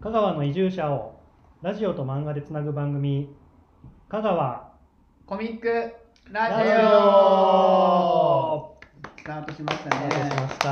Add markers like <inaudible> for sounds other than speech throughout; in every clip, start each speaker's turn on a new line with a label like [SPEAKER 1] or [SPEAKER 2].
[SPEAKER 1] 香川の移住者をラジオと漫画でつなぐ番組「香川
[SPEAKER 2] コミックラ
[SPEAKER 1] ラ
[SPEAKER 2] ジ
[SPEAKER 1] ジ
[SPEAKER 2] オ
[SPEAKER 1] オ
[SPEAKER 2] スタートしました」
[SPEAKER 1] お待たせしま
[SPEAKER 2] ね。
[SPEAKER 1] した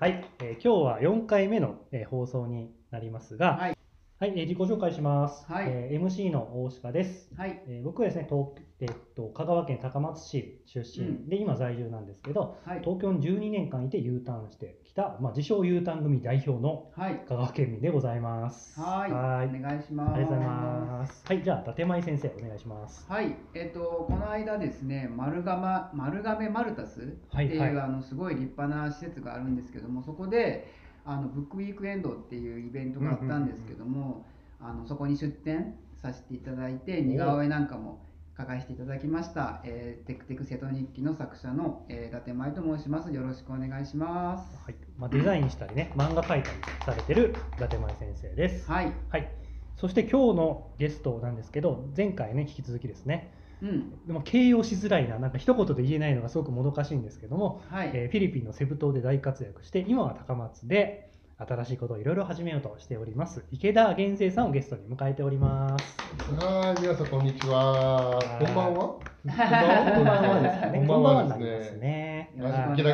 [SPEAKER 1] はい、えー今日は4回目の、えー放送になりますが
[SPEAKER 2] はい、
[SPEAKER 1] はいえー自己紹介します、
[SPEAKER 2] はい
[SPEAKER 1] えー MC の大鹿です、
[SPEAKER 2] はい、
[SPEAKER 1] えー僕はですね東、えーっと香川県高松市出
[SPEAKER 2] うん
[SPEAKER 1] 身で、今在住なんですけど
[SPEAKER 2] はい、
[SPEAKER 1] 東京に12年間いて U ターンしてきた、まあ、自称 U ターン組代表の
[SPEAKER 2] はい、
[SPEAKER 1] 香川県民でございます
[SPEAKER 2] はい、
[SPEAKER 1] はい
[SPEAKER 2] お願いし
[SPEAKER 1] あ
[SPEAKER 2] ます。
[SPEAKER 1] りがとうございます。はい、じゃあ、伊達舞先生、お願いします。
[SPEAKER 2] はい、えっ、と、この間ですね、丸亀、丸亀マルタスって、
[SPEAKER 1] はいいうはい
[SPEAKER 2] あの、すごい立派な施設があるんですけども、そこで。あの、ブックウィークエンドっていうイベントがあったんですけども、あの、そこに出展させていただいて、似顔絵なんかも。書かせていただきました。えー、テクテク瀬戸日記の作者の、えー、伊達舞と申します。よろしくお願いします。
[SPEAKER 1] はい、まあ、デザインしたりね、漫画描いたりされてる伊達舞先生です。
[SPEAKER 2] はい、
[SPEAKER 1] はい。そして今日のゲストなんですけど、前回ね、引き続きですね、
[SPEAKER 2] うん、
[SPEAKER 1] でも形容しづらいな、なんか一言で言えないのがすごくもどかしいんですけども、
[SPEAKER 2] はい、
[SPEAKER 1] えーフィリピンのセブ島で大活躍して、今は高松で新しいことをいろいろ始めようとしております、池田源生さんをゲストに迎えております。
[SPEAKER 3] はい、皆さんこんにちは。
[SPEAKER 1] はい
[SPEAKER 3] こんばんは。
[SPEAKER 1] こんばんはですかね。
[SPEAKER 3] こんばんは
[SPEAKER 1] こ
[SPEAKER 3] ですね
[SPEAKER 1] になりますね。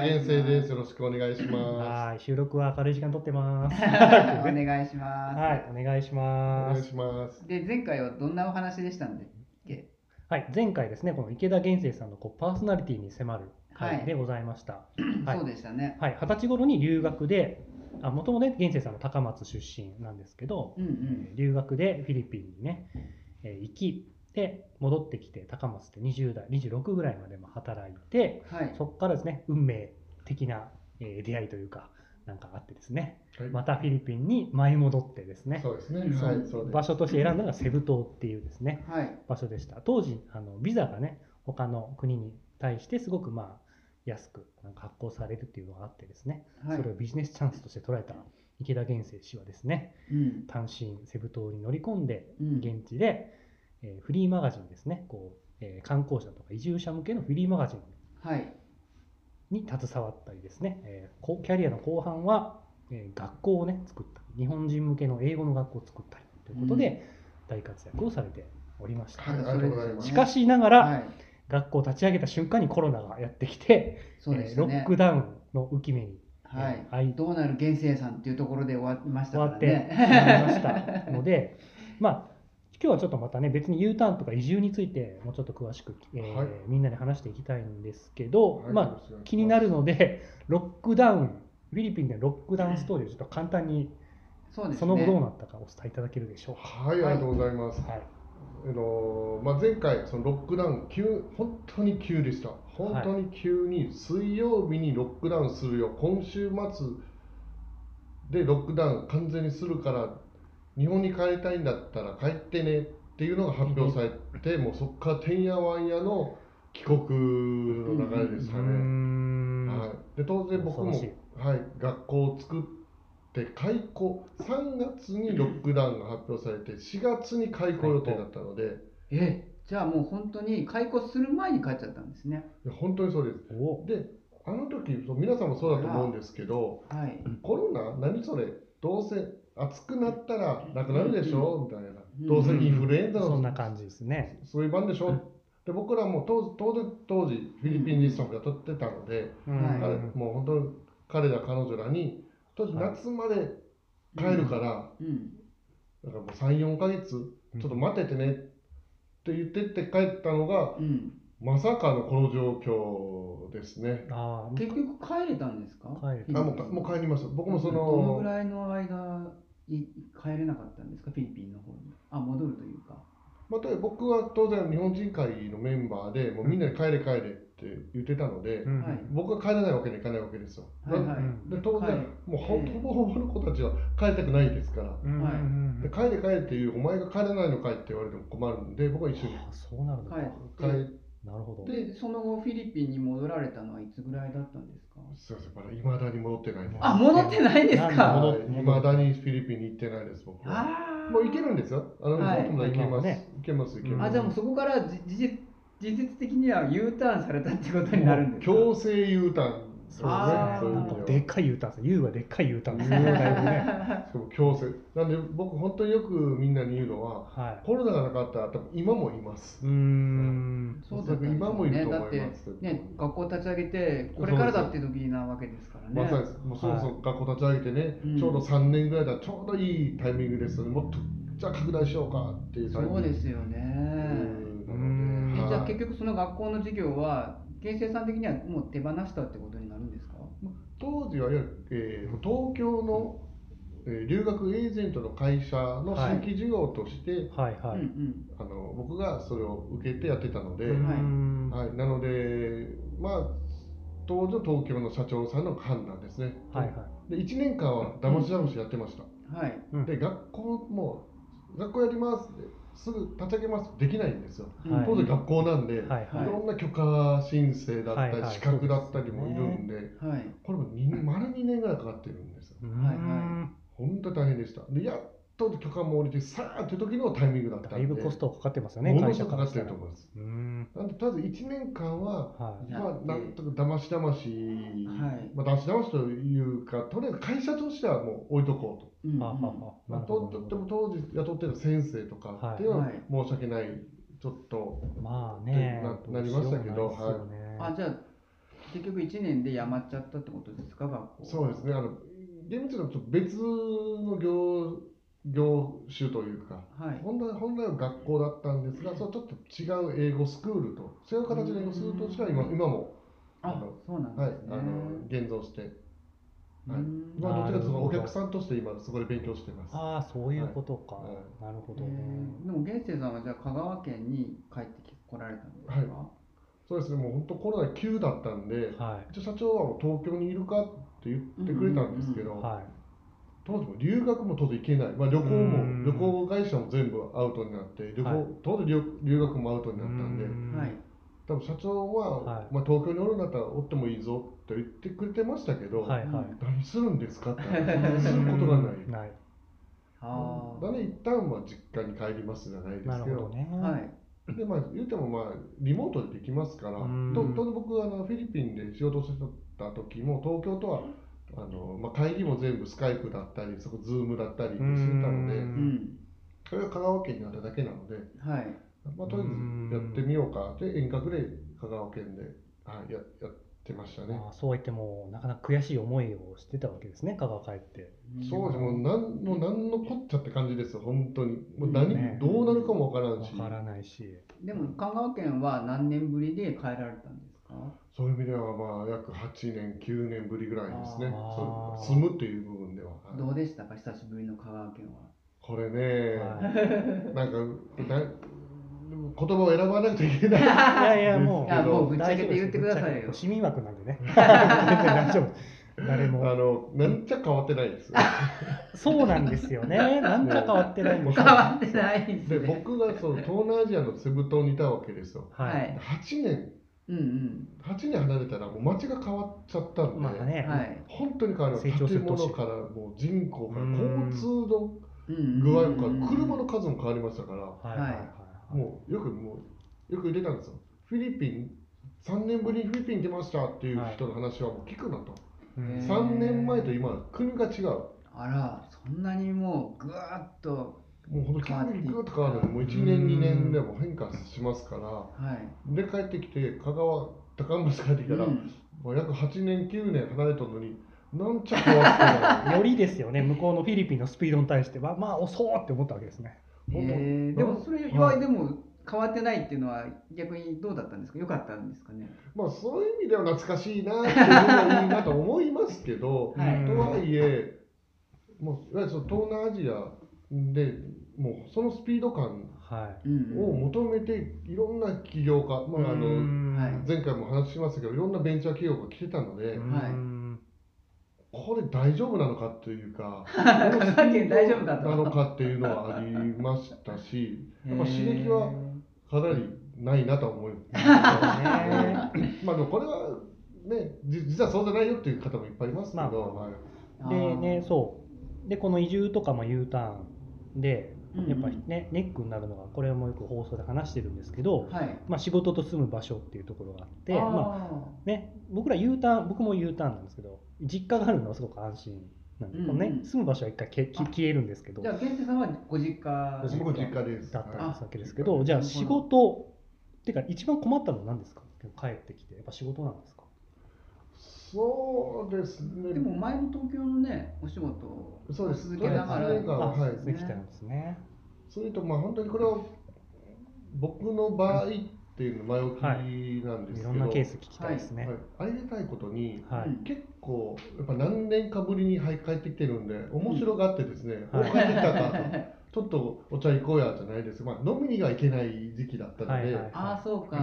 [SPEAKER 2] よろしくお願いします
[SPEAKER 3] 池田源生です。よろしくお願いしま
[SPEAKER 1] はい、収録は明るい時間撮ってます。
[SPEAKER 2] <laughs> お願いします。
[SPEAKER 1] はい、お願いし
[SPEAKER 3] す。お
[SPEAKER 1] ま
[SPEAKER 3] 願い
[SPEAKER 1] す。
[SPEAKER 3] します。
[SPEAKER 2] で前回はどんなお話でしたんでっけ
[SPEAKER 1] はい、前回ですね、この池田源生さんのこうパーソナリティに迫る回でございました。はい
[SPEAKER 2] そうでしたね。
[SPEAKER 1] はい、二十歳頃に留学で、あ、もともとね、源生さんの高松出身なんですけど、
[SPEAKER 2] うんうん。
[SPEAKER 1] 留学でフィリピンにね、えー行き、で、戻ってきて、高松で20代、26ぐらいまでも働いて、
[SPEAKER 2] はい。
[SPEAKER 1] そこからですね、運命的な、えー出会いというか、なんかあってですね、
[SPEAKER 3] はい
[SPEAKER 1] またフィリピンに舞い戻ってですね、
[SPEAKER 3] そうですね。
[SPEAKER 2] うん
[SPEAKER 3] はい、そうで
[SPEAKER 1] 場
[SPEAKER 3] す。
[SPEAKER 1] 所として選んだのがセブ島っていうですね、
[SPEAKER 2] はい。
[SPEAKER 1] 場所でした当時あのビザがね他の国に対してすごくまあ安くなんか発行されるっていうのがあってですね、
[SPEAKER 2] はい
[SPEAKER 1] それを。ビジネスチャンスとして捉えた池田源生氏はですね
[SPEAKER 2] うん。
[SPEAKER 1] 単身セブ島に乗り込んで
[SPEAKER 2] うん
[SPEAKER 1] 現地で、えーフリーマガジンですねこう、えー観光者とか移住者向けのフリーマガジン
[SPEAKER 2] はい。
[SPEAKER 1] に携わったりですね、えーこうキャリアの後半は、えー学校をね作ったり日本人向けの英語の学校を作ったりということで、大活躍をされておりました、
[SPEAKER 3] はい、ありがとうございます
[SPEAKER 1] し。かしながら、
[SPEAKER 2] はい。
[SPEAKER 1] 学校を立ち上げた瞬間にコロナがやってきて、
[SPEAKER 2] そうで
[SPEAKER 1] え
[SPEAKER 2] し
[SPEAKER 1] ー
[SPEAKER 2] た
[SPEAKER 1] ロ
[SPEAKER 2] ね。
[SPEAKER 1] ックダウンの浮き目に、
[SPEAKER 2] はい
[SPEAKER 1] え。ーあい
[SPEAKER 2] どうなる源生さんっていうところで終わりまし
[SPEAKER 1] 終
[SPEAKER 2] たか
[SPEAKER 1] わ
[SPEAKER 2] ら
[SPEAKER 1] ってし
[SPEAKER 2] ね。
[SPEAKER 1] まいましたので、 <laughs> まあ、今日はちょっとまたね、別に U ターンとか移住について、もうちょっと詳しく、えー
[SPEAKER 3] はい
[SPEAKER 1] みんなで話していきたいんですけど、
[SPEAKER 3] はい
[SPEAKER 1] まあ、気になるので、ロックダウン、フィリピンでのロックダウンストーリーをちょっと簡単に、
[SPEAKER 2] そうですね。
[SPEAKER 1] その後どうなったかお伝えいただけるでしょうか。
[SPEAKER 3] はい、ありがとうございます。
[SPEAKER 1] はい、
[SPEAKER 3] あのまあ、前回、そのロックダウン、急本当に急でした、本当に急に、水曜日にロックダウンするよ、今週末でロックダウン完全にするから、日本に帰りたいんだったら帰ってねっていうのが発表されて、もうそこからてんやわんやの帰国の流れで
[SPEAKER 1] う
[SPEAKER 3] し
[SPEAKER 1] ー
[SPEAKER 3] たね。
[SPEAKER 1] ん
[SPEAKER 3] はい、で当然僕も、は
[SPEAKER 1] 恐ろし
[SPEAKER 3] い、学校を作って開校3月にロックダウンが発表されて4月に開校予定だったので、
[SPEAKER 2] え、じゃあもう本当に解雇する前に帰っちゃったんですね。
[SPEAKER 3] いや本当にそうです。
[SPEAKER 1] お
[SPEAKER 3] で、あの時そう皆さんもそうだと思うんですけど、
[SPEAKER 2] はい。
[SPEAKER 3] コロナ、何それ、どうせ暑くなったらなくなるでしょ、みたいな、
[SPEAKER 2] うん
[SPEAKER 3] どうせインフルエンザ
[SPEAKER 1] そんな
[SPEAKER 3] の
[SPEAKER 1] 感じですね。
[SPEAKER 3] そういう番でしょ、で僕らも当当然当時、フィリピン人スタッフが取ってたので、
[SPEAKER 1] うん
[SPEAKER 2] はい
[SPEAKER 3] 彼もう本当に彼ら、彼女らに、当時、夏まで帰るから、
[SPEAKER 2] うん。
[SPEAKER 3] だからもう3、4ヶ月、ちょっと待っててねって言ってって帰ったのが、
[SPEAKER 2] うん。
[SPEAKER 3] まさかのこの状況ですね。
[SPEAKER 1] あー
[SPEAKER 2] 結局帰れたんですか。
[SPEAKER 1] 帰れ
[SPEAKER 3] あもうかもう帰りました。僕もそ
[SPEAKER 2] どの
[SPEAKER 3] の
[SPEAKER 2] ぐらいの間い帰れなかったんですかフィリピンの方に。あ、戻るというか。
[SPEAKER 3] まあ、僕は当然日本人会のメンバーでもうみんなで帰れ帰れって言ってたので、
[SPEAKER 1] うん
[SPEAKER 2] はい
[SPEAKER 3] 僕は帰らないわけにはいかないわけですよ。
[SPEAKER 2] はいは。
[SPEAKER 3] ない
[SPEAKER 1] うん
[SPEAKER 3] で当然、
[SPEAKER 2] はい
[SPEAKER 3] もうほんとほぼほぼの子たちは帰りたくないですから、
[SPEAKER 1] うん
[SPEAKER 2] はい
[SPEAKER 1] うん
[SPEAKER 3] で帰れ帰れっていうお前が帰らないのかいって言われても困るんで僕は一緒に
[SPEAKER 1] あそうなるのか、
[SPEAKER 2] 帰
[SPEAKER 3] 帰
[SPEAKER 2] って。
[SPEAKER 1] なるほど
[SPEAKER 2] で、その後フィリピンに戻られたのはいつぐらいだったんですか
[SPEAKER 3] すいませんまだいまだに戻ってないです。
[SPEAKER 2] あ、戻ってないです
[SPEAKER 1] なん
[SPEAKER 2] か
[SPEAKER 1] だ
[SPEAKER 3] 戻って未だにフィリピンに行ってないです僕は。
[SPEAKER 2] あー
[SPEAKER 3] もう行けるんですよ。あの、
[SPEAKER 2] はい
[SPEAKER 3] 僕も行け
[SPEAKER 1] 今
[SPEAKER 3] ま
[SPEAKER 1] は
[SPEAKER 3] す、
[SPEAKER 1] ね
[SPEAKER 3] 行けます行け
[SPEAKER 1] うん
[SPEAKER 3] ま
[SPEAKER 2] あ、
[SPEAKER 3] す。
[SPEAKER 2] じゃあもうそこからじ事実事実的には U ターンされたってことになるんですか
[SPEAKER 3] 強制 U ターン
[SPEAKER 1] そう
[SPEAKER 2] あ
[SPEAKER 3] ー
[SPEAKER 1] ですね。でっかい U ターンですね。U はでっかい U ターンですね。
[SPEAKER 3] うん
[SPEAKER 1] だいぶね。
[SPEAKER 3] しかも強制なんで僕本当によくみんなに言うのは
[SPEAKER 1] は
[SPEAKER 3] コロナがなかったら多分今もいます
[SPEAKER 1] い。うーん。
[SPEAKER 2] そうだったんですよ
[SPEAKER 3] 今もいると思い
[SPEAKER 2] だっ
[SPEAKER 3] ま
[SPEAKER 2] て
[SPEAKER 3] す
[SPEAKER 2] ね学校立ち上げてこれからだって時なわけですからね
[SPEAKER 3] まさにですもうそろそろ学校立ち上げてね、
[SPEAKER 2] うん
[SPEAKER 3] ちょうど3年ぐらいだちょうどいいタイミングですのでもっとじゃあ拡大しようかっていうタイミ
[SPEAKER 2] そ
[SPEAKER 3] ング
[SPEAKER 2] うですよね、
[SPEAKER 1] うん
[SPEAKER 2] え
[SPEAKER 3] うんなので
[SPEAKER 2] じゃあ
[SPEAKER 3] はい
[SPEAKER 2] 結局その学校の授業は形成さん的にはもう手放したってことになるんですか
[SPEAKER 3] 当時はいわゆる、えー東京の、えー留学エージェントの会社の新規事業として、
[SPEAKER 1] はいは
[SPEAKER 2] うん
[SPEAKER 1] い。
[SPEAKER 3] あの僕がそれを受けてやってたので、
[SPEAKER 1] うーんは
[SPEAKER 3] はい、なので、まあ、当時の東京の社長さんの判断ですね、
[SPEAKER 1] いはい。
[SPEAKER 3] で1年間はだましだましやってました、
[SPEAKER 2] うんはい
[SPEAKER 1] うん
[SPEAKER 3] で学校も学校やりますすぐ立ち上げますできないんですよ、
[SPEAKER 2] うん
[SPEAKER 1] はい
[SPEAKER 3] 当然学校なんで、
[SPEAKER 1] はい
[SPEAKER 3] い
[SPEAKER 1] はい
[SPEAKER 3] ろんな許可申請だった
[SPEAKER 1] はい
[SPEAKER 3] り、
[SPEAKER 1] はい
[SPEAKER 3] 資格だったりもいるんで、
[SPEAKER 2] はい
[SPEAKER 3] これも二年丸2年ぐらいかかってるんですよ
[SPEAKER 1] うー
[SPEAKER 2] はい
[SPEAKER 1] ん
[SPEAKER 3] 本当に大変でしたでやっと許可も下りてさあって時のタイミングだったんで
[SPEAKER 1] だいぶコストかかってますよね。
[SPEAKER 3] もの
[SPEAKER 1] 会
[SPEAKER 3] す
[SPEAKER 1] 社
[SPEAKER 3] ごくか
[SPEAKER 1] から
[SPEAKER 3] かっ
[SPEAKER 1] してた
[SPEAKER 3] る
[SPEAKER 1] ら。
[SPEAKER 3] と
[SPEAKER 1] う
[SPEAKER 3] 思います
[SPEAKER 1] ーん。
[SPEAKER 3] なんでとりあえず1年間は
[SPEAKER 1] はい。
[SPEAKER 2] やっ
[SPEAKER 3] まあ、
[SPEAKER 2] て
[SPEAKER 3] なんとかだましだまし、
[SPEAKER 2] はい
[SPEAKER 3] まあ、だましだましというか、とりあえず会社としてはもう置いとこうと、
[SPEAKER 2] うんうん
[SPEAKER 1] ははは。
[SPEAKER 3] まあ、
[SPEAKER 1] なる
[SPEAKER 3] と
[SPEAKER 1] ほ
[SPEAKER 3] とって
[SPEAKER 1] ど
[SPEAKER 3] も当時雇ってた先生と
[SPEAKER 1] はい
[SPEAKER 3] かっていうのは
[SPEAKER 2] はい
[SPEAKER 3] 申し訳ない、ちょっと、
[SPEAKER 1] まあね。
[SPEAKER 3] ななりましたけど
[SPEAKER 1] うしようもないですよね
[SPEAKER 2] あじゃあ結局1年でやまっちゃったってことですか学校
[SPEAKER 3] そうですね、あの厳密にはちょっと別の業業種というか、
[SPEAKER 2] はい
[SPEAKER 3] 本来本来は学校だったんですが、そうちょっと違う英語スクールと、そういう形の英語スクールとしては今今も、
[SPEAKER 2] あ
[SPEAKER 3] あの
[SPEAKER 2] そうなん
[SPEAKER 3] はい
[SPEAKER 2] ですね、
[SPEAKER 3] あの現存して、は
[SPEAKER 2] う
[SPEAKER 3] い
[SPEAKER 2] ん
[SPEAKER 3] まあ、どっちかというとそのお
[SPEAKER 1] なるほど
[SPEAKER 3] 客さんとして今、そこで勉強しています。
[SPEAKER 1] ああ、そういうことか
[SPEAKER 3] はいは。
[SPEAKER 1] なるほ
[SPEAKER 2] え
[SPEAKER 1] どね。
[SPEAKER 2] ーでも源生さんはじゃあ香川県に帰ってき来られたんですか、
[SPEAKER 3] はいそうですね、もう本当コロナ急だったんで、
[SPEAKER 1] はい。
[SPEAKER 3] 一応社長はもう東京にいるかって言ってくれたんですけど、
[SPEAKER 1] はい。
[SPEAKER 3] 当時も留学も当然行けない、まあ、旅行
[SPEAKER 1] うん
[SPEAKER 3] も旅行会社も全部アウトになって、旅行、
[SPEAKER 1] はい
[SPEAKER 3] 当然留留学もアウトに
[SPEAKER 1] う
[SPEAKER 3] なったんで、
[SPEAKER 1] ん
[SPEAKER 2] はい。
[SPEAKER 3] 多分社長は、
[SPEAKER 1] はい
[SPEAKER 3] まあ、東京におるんだったらおってもいいぞって言ってくれてましたけど、
[SPEAKER 1] はいはい。
[SPEAKER 3] 何するんですかって、何することが
[SPEAKER 1] <laughs>
[SPEAKER 3] ない。
[SPEAKER 1] ない。
[SPEAKER 2] あ
[SPEAKER 3] なので一旦は実家に帰りますじゃないで
[SPEAKER 1] な
[SPEAKER 3] す
[SPEAKER 1] る
[SPEAKER 3] け
[SPEAKER 1] ほど
[SPEAKER 3] ど
[SPEAKER 1] ね。
[SPEAKER 2] あはい
[SPEAKER 3] でまあ言うてもまあリモートでできますから、
[SPEAKER 1] うん
[SPEAKER 3] とと僕あのフィリピンで仕事してた時も東京とはあのまあ会議も全部スカイプだったりそこズームだったりしてたの
[SPEAKER 1] う
[SPEAKER 3] で
[SPEAKER 2] うんん
[SPEAKER 3] それは香川県にあっただけなので
[SPEAKER 2] はい
[SPEAKER 3] まあとりあえずやってみようかで遠隔で香川県ではいややってましたね
[SPEAKER 1] まあ、そうは言っても、なかなか悔しい思いをしてたわけですね、香川帰って。
[SPEAKER 3] そうですもう何の何のこっちゃって感じですよ本当にもう何、
[SPEAKER 1] ね
[SPEAKER 3] どうなるかもわからん
[SPEAKER 1] わ
[SPEAKER 3] し
[SPEAKER 1] からないし。
[SPEAKER 2] でも香川県は何年ぶりで帰られたんですか
[SPEAKER 3] そういう意味ではまあ約8年9年ぶりぐらいですね
[SPEAKER 1] あー
[SPEAKER 3] そう住むっていう部分では、はい
[SPEAKER 2] どうでしたか久しぶりの香川県
[SPEAKER 3] <laughs>
[SPEAKER 2] は
[SPEAKER 3] これね、
[SPEAKER 1] はい
[SPEAKER 3] なんかだ言葉を選ばなくちゃいけない
[SPEAKER 1] <laughs> いやいや、もう。
[SPEAKER 3] いやもう
[SPEAKER 2] ぶっちゃけて言ってくださいよ
[SPEAKER 1] ぶっちゃけて市民枠なんでね。全然大丈夫。誰
[SPEAKER 2] <laughs>
[SPEAKER 3] あ
[SPEAKER 1] も。
[SPEAKER 3] のなんちゃ変わってないです
[SPEAKER 1] そうなんですよね。なんか変わってないんです
[SPEAKER 2] 変
[SPEAKER 1] よ。
[SPEAKER 2] わってないんで
[SPEAKER 3] です
[SPEAKER 2] ね
[SPEAKER 3] 僕がその東南アジアのセブ島にいたわけですよ
[SPEAKER 2] は
[SPEAKER 1] はい。
[SPEAKER 2] い
[SPEAKER 3] 8年
[SPEAKER 2] うんうん
[SPEAKER 3] 8年離れたらもう街が変わっちゃったんで、
[SPEAKER 1] まあね。
[SPEAKER 2] はい
[SPEAKER 3] 本当に変わる
[SPEAKER 1] 成長する
[SPEAKER 3] 建
[SPEAKER 1] 都市
[SPEAKER 3] 物からもう人口から
[SPEAKER 1] うん
[SPEAKER 3] 交通の
[SPEAKER 2] うん
[SPEAKER 3] 具合
[SPEAKER 2] うんうん
[SPEAKER 3] から車の数も変わりましたから
[SPEAKER 1] はいはいはい。
[SPEAKER 3] もうよくもうよく出たんですよフィリピン3年ぶりにフィリピン出ましたっていう人の話はもう聞くなと、
[SPEAKER 1] うん
[SPEAKER 2] へー
[SPEAKER 3] 3年前と今は国が違う
[SPEAKER 2] あらそんなにもうぐわっと
[SPEAKER 3] もうほんと急にグーッと変わるのでもう1年2年でも変化しますから
[SPEAKER 2] はい
[SPEAKER 3] で帰ってきて香川高松帰ってきたら、
[SPEAKER 2] うん
[SPEAKER 3] もう約8年9年離れたのになんちゃ変わって <laughs> ない
[SPEAKER 1] よりですよね、向こうのフィリピンのスピードに対しては、まあ、遅ーって思ったわけですね。
[SPEAKER 2] え
[SPEAKER 3] ほんと
[SPEAKER 2] ー、でもそれは
[SPEAKER 3] はい
[SPEAKER 2] でも変わってないっていうのは逆にどうだったんですか良かったんですかね、
[SPEAKER 3] まあそういう意味では懐かしいなっていうのがいいなと思いますけど
[SPEAKER 2] はい
[SPEAKER 1] うん
[SPEAKER 3] とはいえもういわゆるその東南アジアでもうそのスピード感
[SPEAKER 1] は
[SPEAKER 2] うん
[SPEAKER 3] を
[SPEAKER 2] うん
[SPEAKER 3] 求めていろんな起業家、
[SPEAKER 1] い。
[SPEAKER 3] まあ、あ
[SPEAKER 1] う
[SPEAKER 3] の
[SPEAKER 1] ん
[SPEAKER 2] はい
[SPEAKER 3] 前回も話しましたけどいろんなベンチャー企業が来てたので、
[SPEAKER 1] うん
[SPEAKER 3] これ大丈夫なのかというか
[SPEAKER 2] 香川県大丈夫かと
[SPEAKER 3] なのかっていうのはありましたしやっぱ刺激はかなりないなとは思い
[SPEAKER 1] <laughs>
[SPEAKER 3] ます
[SPEAKER 1] ね
[SPEAKER 3] まあでもこれはねじ実はそうじゃないよっていう方もいっぱいいますけど、
[SPEAKER 1] まあ
[SPEAKER 3] はい
[SPEAKER 1] でね、そう。で、この移住とか、まあ、U ターンで、
[SPEAKER 2] うんうん
[SPEAKER 1] やっぱりねネックになるのがこれもよく放送で話してるんですけど、
[SPEAKER 2] はい
[SPEAKER 1] まあ、仕事と住む場所っていうところがあって
[SPEAKER 2] あー
[SPEAKER 1] まあね、僕ら U ターン僕も U ターンなんですけど実家があるのはすごく安心なんで、
[SPEAKER 2] うんうん
[SPEAKER 1] このね、住む場所は一回けき
[SPEAKER 2] あ
[SPEAKER 1] 消えるんですけど
[SPEAKER 2] じ
[SPEAKER 1] だ
[SPEAKER 2] ゃあ源氏さんはご実家
[SPEAKER 1] ご実家
[SPEAKER 3] 僕実家です
[SPEAKER 1] ったんです
[SPEAKER 3] はい
[SPEAKER 1] わけですけどじゃあ
[SPEAKER 2] なるほど
[SPEAKER 1] 仕事っていうか一番困ったのは何ですか帰ってきてやっぱ仕事なんですか
[SPEAKER 3] そうです
[SPEAKER 2] で
[SPEAKER 3] ね
[SPEAKER 2] も前の東京のねお仕事を
[SPEAKER 3] そうです
[SPEAKER 2] 続けながら
[SPEAKER 3] そうです
[SPEAKER 1] あ
[SPEAKER 3] はい
[SPEAKER 1] そうですね来たんですね
[SPEAKER 3] それとまあ本当にこれは僕の場合っていうの前置きなんで
[SPEAKER 1] い
[SPEAKER 3] すけど、
[SPEAKER 1] ろんなケース聞きたいですね
[SPEAKER 3] はい、ありがたいことに
[SPEAKER 1] はい、
[SPEAKER 2] うん
[SPEAKER 3] 結構やっぱ何年かぶりにはい帰ってきてるんで面白がってですね、
[SPEAKER 1] うん
[SPEAKER 3] お帰ってきた
[SPEAKER 1] <laughs>
[SPEAKER 3] かとちょっとお茶行こうやじゃないです、まあ、飲みには行けない時期だったので、
[SPEAKER 1] は
[SPEAKER 3] はいい
[SPEAKER 1] はい
[SPEAKER 2] ああそうか、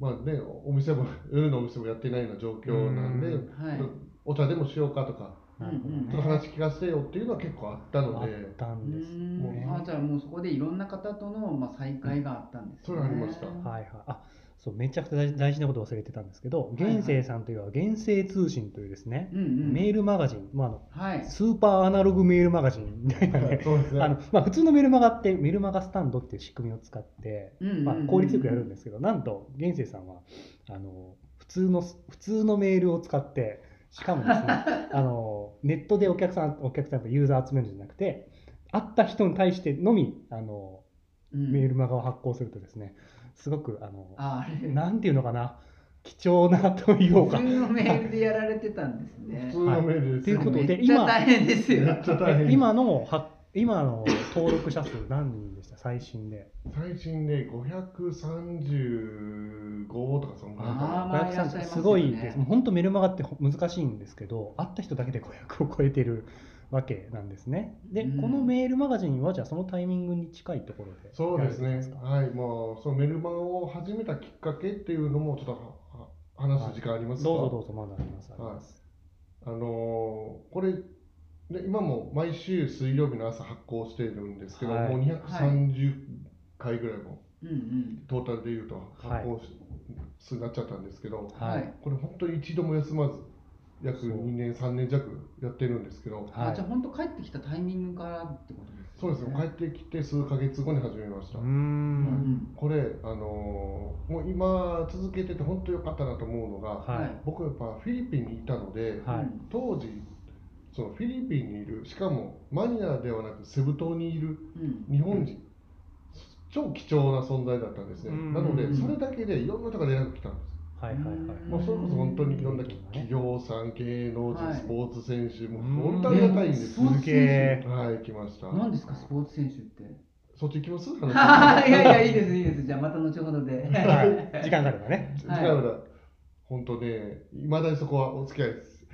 [SPEAKER 3] まあね、お店も <laughs> 夜のお店もやってないような状況なんで、
[SPEAKER 1] うん
[SPEAKER 2] はい
[SPEAKER 3] お茶でもしようかとか
[SPEAKER 1] なるほどね
[SPEAKER 2] うんうん
[SPEAKER 3] ちょっと話聞かせてよっていうのは結構あった
[SPEAKER 1] あ
[SPEAKER 3] ので
[SPEAKER 1] ったんです
[SPEAKER 2] う
[SPEAKER 1] ね
[SPEAKER 2] んあじゃあもうそこでいろんな方との、まあ、再会があったんです
[SPEAKER 3] それありました
[SPEAKER 1] はいはいあそうめちゃくちゃ大事大事なこと忘れてたんですけど源生さんというのは源生通信というですね、
[SPEAKER 2] うんうん、
[SPEAKER 1] メールマガジン、まあ、あの
[SPEAKER 2] はい
[SPEAKER 1] スーパーアナログメールマガジンみたいなね、
[SPEAKER 3] そうですね
[SPEAKER 1] <laughs> あのまあ、普通のメルマガってメルマガスタンドっていう仕組みを使って、
[SPEAKER 2] うんうんうん
[SPEAKER 1] まあ、効率よくやるんですけど、なんと現世さんはあの普通の普通のメールを使ってしかもですね
[SPEAKER 2] <laughs>
[SPEAKER 1] あのネットでお客さんお客さんとかユーザー集めるんじゃなくて会った人に対してのみあの
[SPEAKER 2] うん
[SPEAKER 1] メールマガを発行するとですねすごくあの
[SPEAKER 2] ああれ
[SPEAKER 1] なんていうのかな貴重なというか。
[SPEAKER 2] 普通のメールでやられてたんです
[SPEAKER 3] 普
[SPEAKER 2] ね
[SPEAKER 3] 通のメールです、
[SPEAKER 1] はいということで
[SPEAKER 2] めっちゃ大変ですよ
[SPEAKER 3] めっちゃ大変
[SPEAKER 1] え今のは今の登録者数何人でした最新で
[SPEAKER 3] 最新で535とかそんな
[SPEAKER 2] あーまあいらっしゃいますよね
[SPEAKER 1] すごいですもう本当メルマガって難しいんですけど会った人だけで500を超えてるわけなんですねで、
[SPEAKER 2] うん
[SPEAKER 1] このメールマガジンはじゃあそのタイミングに近いところで
[SPEAKER 3] そうです
[SPEAKER 1] やら
[SPEAKER 3] ね
[SPEAKER 1] れてたんか
[SPEAKER 3] はいもうそのメルマガを始めたきっかけっていうのもちょっとはは話す時間ありますか、
[SPEAKER 1] どうぞどうぞまだありますあります、
[SPEAKER 3] あのーこれ、ね、今も毎週水曜日の朝発行しているんですけど、
[SPEAKER 1] はい
[SPEAKER 3] もう230回ぐらいも
[SPEAKER 2] うんうん
[SPEAKER 3] トータルでいうと
[SPEAKER 1] はい
[SPEAKER 3] 発行し数になっちゃったんですけど、
[SPEAKER 1] はい
[SPEAKER 3] これ本当に一度も休まず約
[SPEAKER 1] そう
[SPEAKER 3] 2年3年弱やってるんですけ
[SPEAKER 1] は
[SPEAKER 3] ど
[SPEAKER 1] い
[SPEAKER 2] あじゃあ本当帰ってきたタイミングからってことです
[SPEAKER 3] そうですね帰ってきて数ヶ月後に始めました、
[SPEAKER 1] うー
[SPEAKER 2] うん
[SPEAKER 1] ん
[SPEAKER 3] これあのーもう今続けてて本当良かったなと思うのが、
[SPEAKER 1] は
[SPEAKER 2] はいい
[SPEAKER 3] 僕やっぱフィリピンにいたので、
[SPEAKER 1] はい
[SPEAKER 2] うん
[SPEAKER 3] 当時そのフィリピンにいるしかもマニラではなくセブ島にいる
[SPEAKER 2] うん
[SPEAKER 3] 日本人、超貴重な存在だったんですね、
[SPEAKER 1] うん
[SPEAKER 3] なのでそれだけでいろんな人が連絡来たんです、
[SPEAKER 1] はいはいはい
[SPEAKER 2] うん
[SPEAKER 3] もうそれこそ本当にいろんな
[SPEAKER 1] うん
[SPEAKER 3] 企業さん芸能人、
[SPEAKER 2] はい
[SPEAKER 3] スポーツ選手も
[SPEAKER 1] うん
[SPEAKER 3] 本当にありがたいんです、
[SPEAKER 2] うん
[SPEAKER 1] すげえ
[SPEAKER 3] はい来ました
[SPEAKER 2] 何ですかスポーツ選手って
[SPEAKER 3] そっち行きます
[SPEAKER 2] いやいやいいですいいですじゃあまた後ほどで
[SPEAKER 1] はい時間があればね
[SPEAKER 3] 違うな、本当ね、いまだにそこはお付き合いです。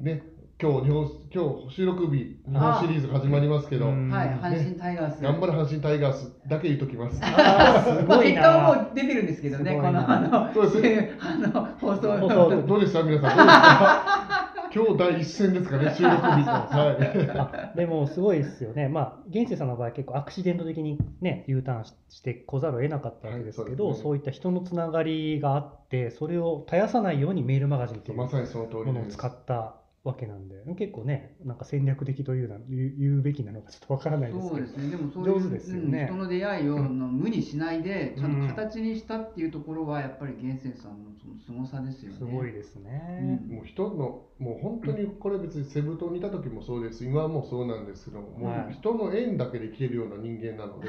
[SPEAKER 3] ね、今日日本今日収録日、日本シリーズ始まりますけど、
[SPEAKER 1] うん
[SPEAKER 2] はい阪神タイガース
[SPEAKER 3] 頑張れ阪神タイガースだけ言っときます。
[SPEAKER 1] あーす
[SPEAKER 2] まあ
[SPEAKER 1] ごい
[SPEAKER 2] 結果は
[SPEAKER 1] な
[SPEAKER 2] もう出てるんですけどね
[SPEAKER 1] すご
[SPEAKER 2] こ
[SPEAKER 1] いな
[SPEAKER 2] のあの
[SPEAKER 3] そうですね
[SPEAKER 2] あの放送
[SPEAKER 1] 放
[SPEAKER 2] の
[SPEAKER 1] 送
[SPEAKER 3] どうでした皆さん、どうですか今日第一戦ですかね、収録日。はい、
[SPEAKER 1] あでもすごいですよね、まあ、現世さんの場合、結構アクシデント的に、ね、U ターンししてこざるを得なかったわけですけど、
[SPEAKER 3] はい
[SPEAKER 1] そう
[SPEAKER 3] そ
[SPEAKER 1] い
[SPEAKER 3] うですね
[SPEAKER 1] った人のつながりがあって、それを絶やさないようにメールマガジンという
[SPEAKER 3] ま
[SPEAKER 1] も
[SPEAKER 3] さにその通り
[SPEAKER 1] のを
[SPEAKER 3] です。
[SPEAKER 1] 使ったわけなんで、結構ね、なんか戦略的というな言う言うべきなのかちょっとわからないです
[SPEAKER 2] そう
[SPEAKER 1] け
[SPEAKER 2] で
[SPEAKER 1] ど、
[SPEAKER 2] すね。でもそういう
[SPEAKER 1] 上手ですよね
[SPEAKER 2] うん人の出会いを
[SPEAKER 1] うん
[SPEAKER 2] の無にしないで、ちゃん
[SPEAKER 1] うん
[SPEAKER 2] と形にしたっていうところはやっぱり源泉さんのその凄さですよね。
[SPEAKER 1] すごいですね。
[SPEAKER 2] うん
[SPEAKER 3] もう人のもう本当にこれ別にセブ島にいた時もそうです今はもうそうなんですけども
[SPEAKER 1] はいう
[SPEAKER 3] 人の縁だけで生きてるような人間なので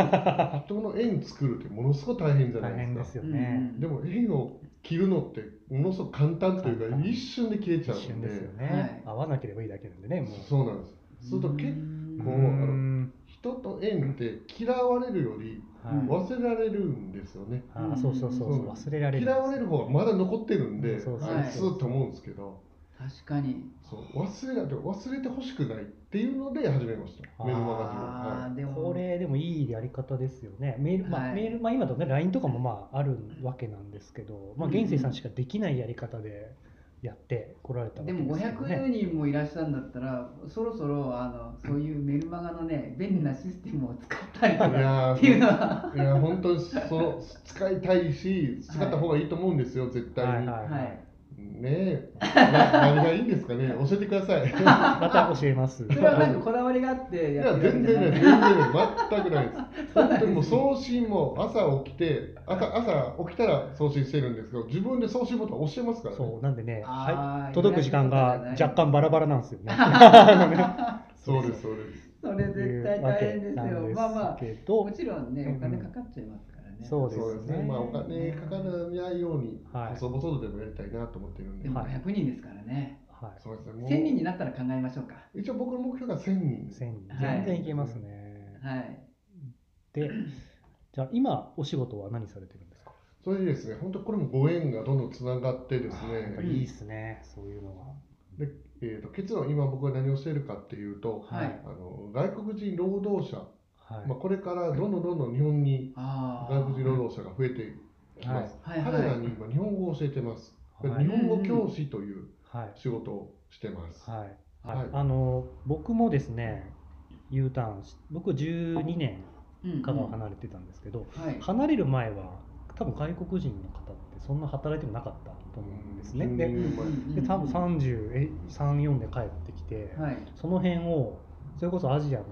[SPEAKER 1] <laughs>
[SPEAKER 3] 人の縁作るってものすごく大変じゃない
[SPEAKER 1] 大
[SPEAKER 3] です
[SPEAKER 1] 変
[SPEAKER 3] か
[SPEAKER 1] ですよ
[SPEAKER 2] うん
[SPEAKER 1] ね。
[SPEAKER 2] うん
[SPEAKER 3] でも縁を切るのってものすごく簡単という
[SPEAKER 1] 簡
[SPEAKER 3] か
[SPEAKER 1] 単
[SPEAKER 3] 一瞬で切れち
[SPEAKER 1] 一
[SPEAKER 3] ゃう
[SPEAKER 1] 瞬
[SPEAKER 3] んで
[SPEAKER 1] ですよ
[SPEAKER 2] は
[SPEAKER 1] ね
[SPEAKER 2] い。
[SPEAKER 1] 合わなければいいだけなんでね、もう。
[SPEAKER 3] そうなんですすると結
[SPEAKER 1] う
[SPEAKER 3] 構
[SPEAKER 2] 構
[SPEAKER 3] あの
[SPEAKER 1] ん
[SPEAKER 3] 人と縁って嫌われるより
[SPEAKER 1] はい
[SPEAKER 3] 忘れられるんですよね、
[SPEAKER 1] あーそうそうそうそう、忘れられる。
[SPEAKER 3] 嫌われる方がまだ残ってるん
[SPEAKER 1] う
[SPEAKER 3] で
[SPEAKER 1] んそう
[SPEAKER 2] そう
[SPEAKER 3] あいつと思うんですけど
[SPEAKER 2] 確かに。
[SPEAKER 3] そう忘れられ忘れてほしくないっていうので始めました
[SPEAKER 1] あー
[SPEAKER 3] メルマガジンを
[SPEAKER 2] あ
[SPEAKER 3] は
[SPEAKER 2] あでも
[SPEAKER 1] これでもいいやり方ですよね。メール、まあ、
[SPEAKER 2] はい
[SPEAKER 1] メール、まあ、今だとね、LINE とかもまあ、あるわけなんですけど、まあ、
[SPEAKER 2] うんうん
[SPEAKER 1] 現世さんしかできないやり方でやってこられたわ
[SPEAKER 2] で
[SPEAKER 1] けです
[SPEAKER 2] も
[SPEAKER 1] よ
[SPEAKER 2] 500
[SPEAKER 1] ね。
[SPEAKER 2] 人もいらっしゃるんだったらそろそろあのそういうメルマガの
[SPEAKER 1] <laughs>
[SPEAKER 2] ね便利なシステムを使ったりと
[SPEAKER 3] いい
[SPEAKER 2] か
[SPEAKER 3] や
[SPEAKER 2] っ
[SPEAKER 3] ー
[SPEAKER 2] ていうのは。
[SPEAKER 3] <laughs> いや本当にその使いたいし使った方がいいと思うんですよ、絶対に、
[SPEAKER 1] はいはいはい。
[SPEAKER 2] はい
[SPEAKER 3] ねえ、な <laughs> 何がいいんですかね、教えてください。いや、
[SPEAKER 1] また教えます。
[SPEAKER 2] それはなんかこだわりがあってやってるわけ
[SPEAKER 3] 全
[SPEAKER 2] じゃ
[SPEAKER 3] 然
[SPEAKER 2] な
[SPEAKER 3] ないい、全然ない、全くないです。本当にもう送信も朝起きて、朝朝起きたら送信してるんですけど、自分で送信ボタン押してますからね。
[SPEAKER 1] そうなんでね、
[SPEAKER 2] あー
[SPEAKER 1] はい、届く時間が若干バラバラなんですよね。
[SPEAKER 3] そうです、そうです。
[SPEAKER 2] <laughs> それ絶対大変ですよ
[SPEAKER 1] という
[SPEAKER 2] まあ
[SPEAKER 1] わ
[SPEAKER 2] ま
[SPEAKER 1] けなんですけ
[SPEAKER 2] あ
[SPEAKER 1] ど
[SPEAKER 2] も、ちろんねお金かかっちゃいますからね、
[SPEAKER 1] そうですね
[SPEAKER 3] そうですね。まあ、お金かからないように、
[SPEAKER 1] はい
[SPEAKER 3] 細々でもやりたいなと思ってるんで。
[SPEAKER 2] でも
[SPEAKER 1] はい
[SPEAKER 2] 500人ですからね、
[SPEAKER 1] は
[SPEAKER 3] そうですね。もう
[SPEAKER 2] 1000人になったら考えましょうか
[SPEAKER 3] 一応僕の目標が1000
[SPEAKER 1] い、
[SPEAKER 3] 人。
[SPEAKER 1] 千人
[SPEAKER 2] はい
[SPEAKER 1] 全然いけますね。
[SPEAKER 2] はい
[SPEAKER 1] で、じゃあ今お仕事は何されてるんですか。
[SPEAKER 3] それでですね、本当これもご縁がどんどんつながってです
[SPEAKER 1] あーやっぱ
[SPEAKER 3] ね、
[SPEAKER 1] りいいですね、そういうの
[SPEAKER 3] えー、と結論、今僕が何をしているかっていうと、
[SPEAKER 1] は。
[SPEAKER 2] はい
[SPEAKER 3] あの外国人労働者、
[SPEAKER 1] はい。
[SPEAKER 3] まあ、これからどんどんどんどん日本に
[SPEAKER 2] ああ
[SPEAKER 3] 外国人労働者が増えてきます。
[SPEAKER 2] はいはい
[SPEAKER 3] 彼らに今、日本語を教えてます。
[SPEAKER 1] はい
[SPEAKER 3] 日本語教師という
[SPEAKER 1] はい。
[SPEAKER 3] 仕事をしてます。
[SPEAKER 1] はい。
[SPEAKER 3] はい
[SPEAKER 1] あの僕もですね、U ターンし、僕12年香川離れてたんですけど、
[SPEAKER 2] はい
[SPEAKER 1] 離れる前は多分外国人の方ってそんな働いてもなかったと思うんですね。
[SPEAKER 3] うん
[SPEAKER 1] でで多分
[SPEAKER 2] は
[SPEAKER 1] 334で帰ってきて、
[SPEAKER 2] い、
[SPEAKER 1] その辺をそれこそアジアの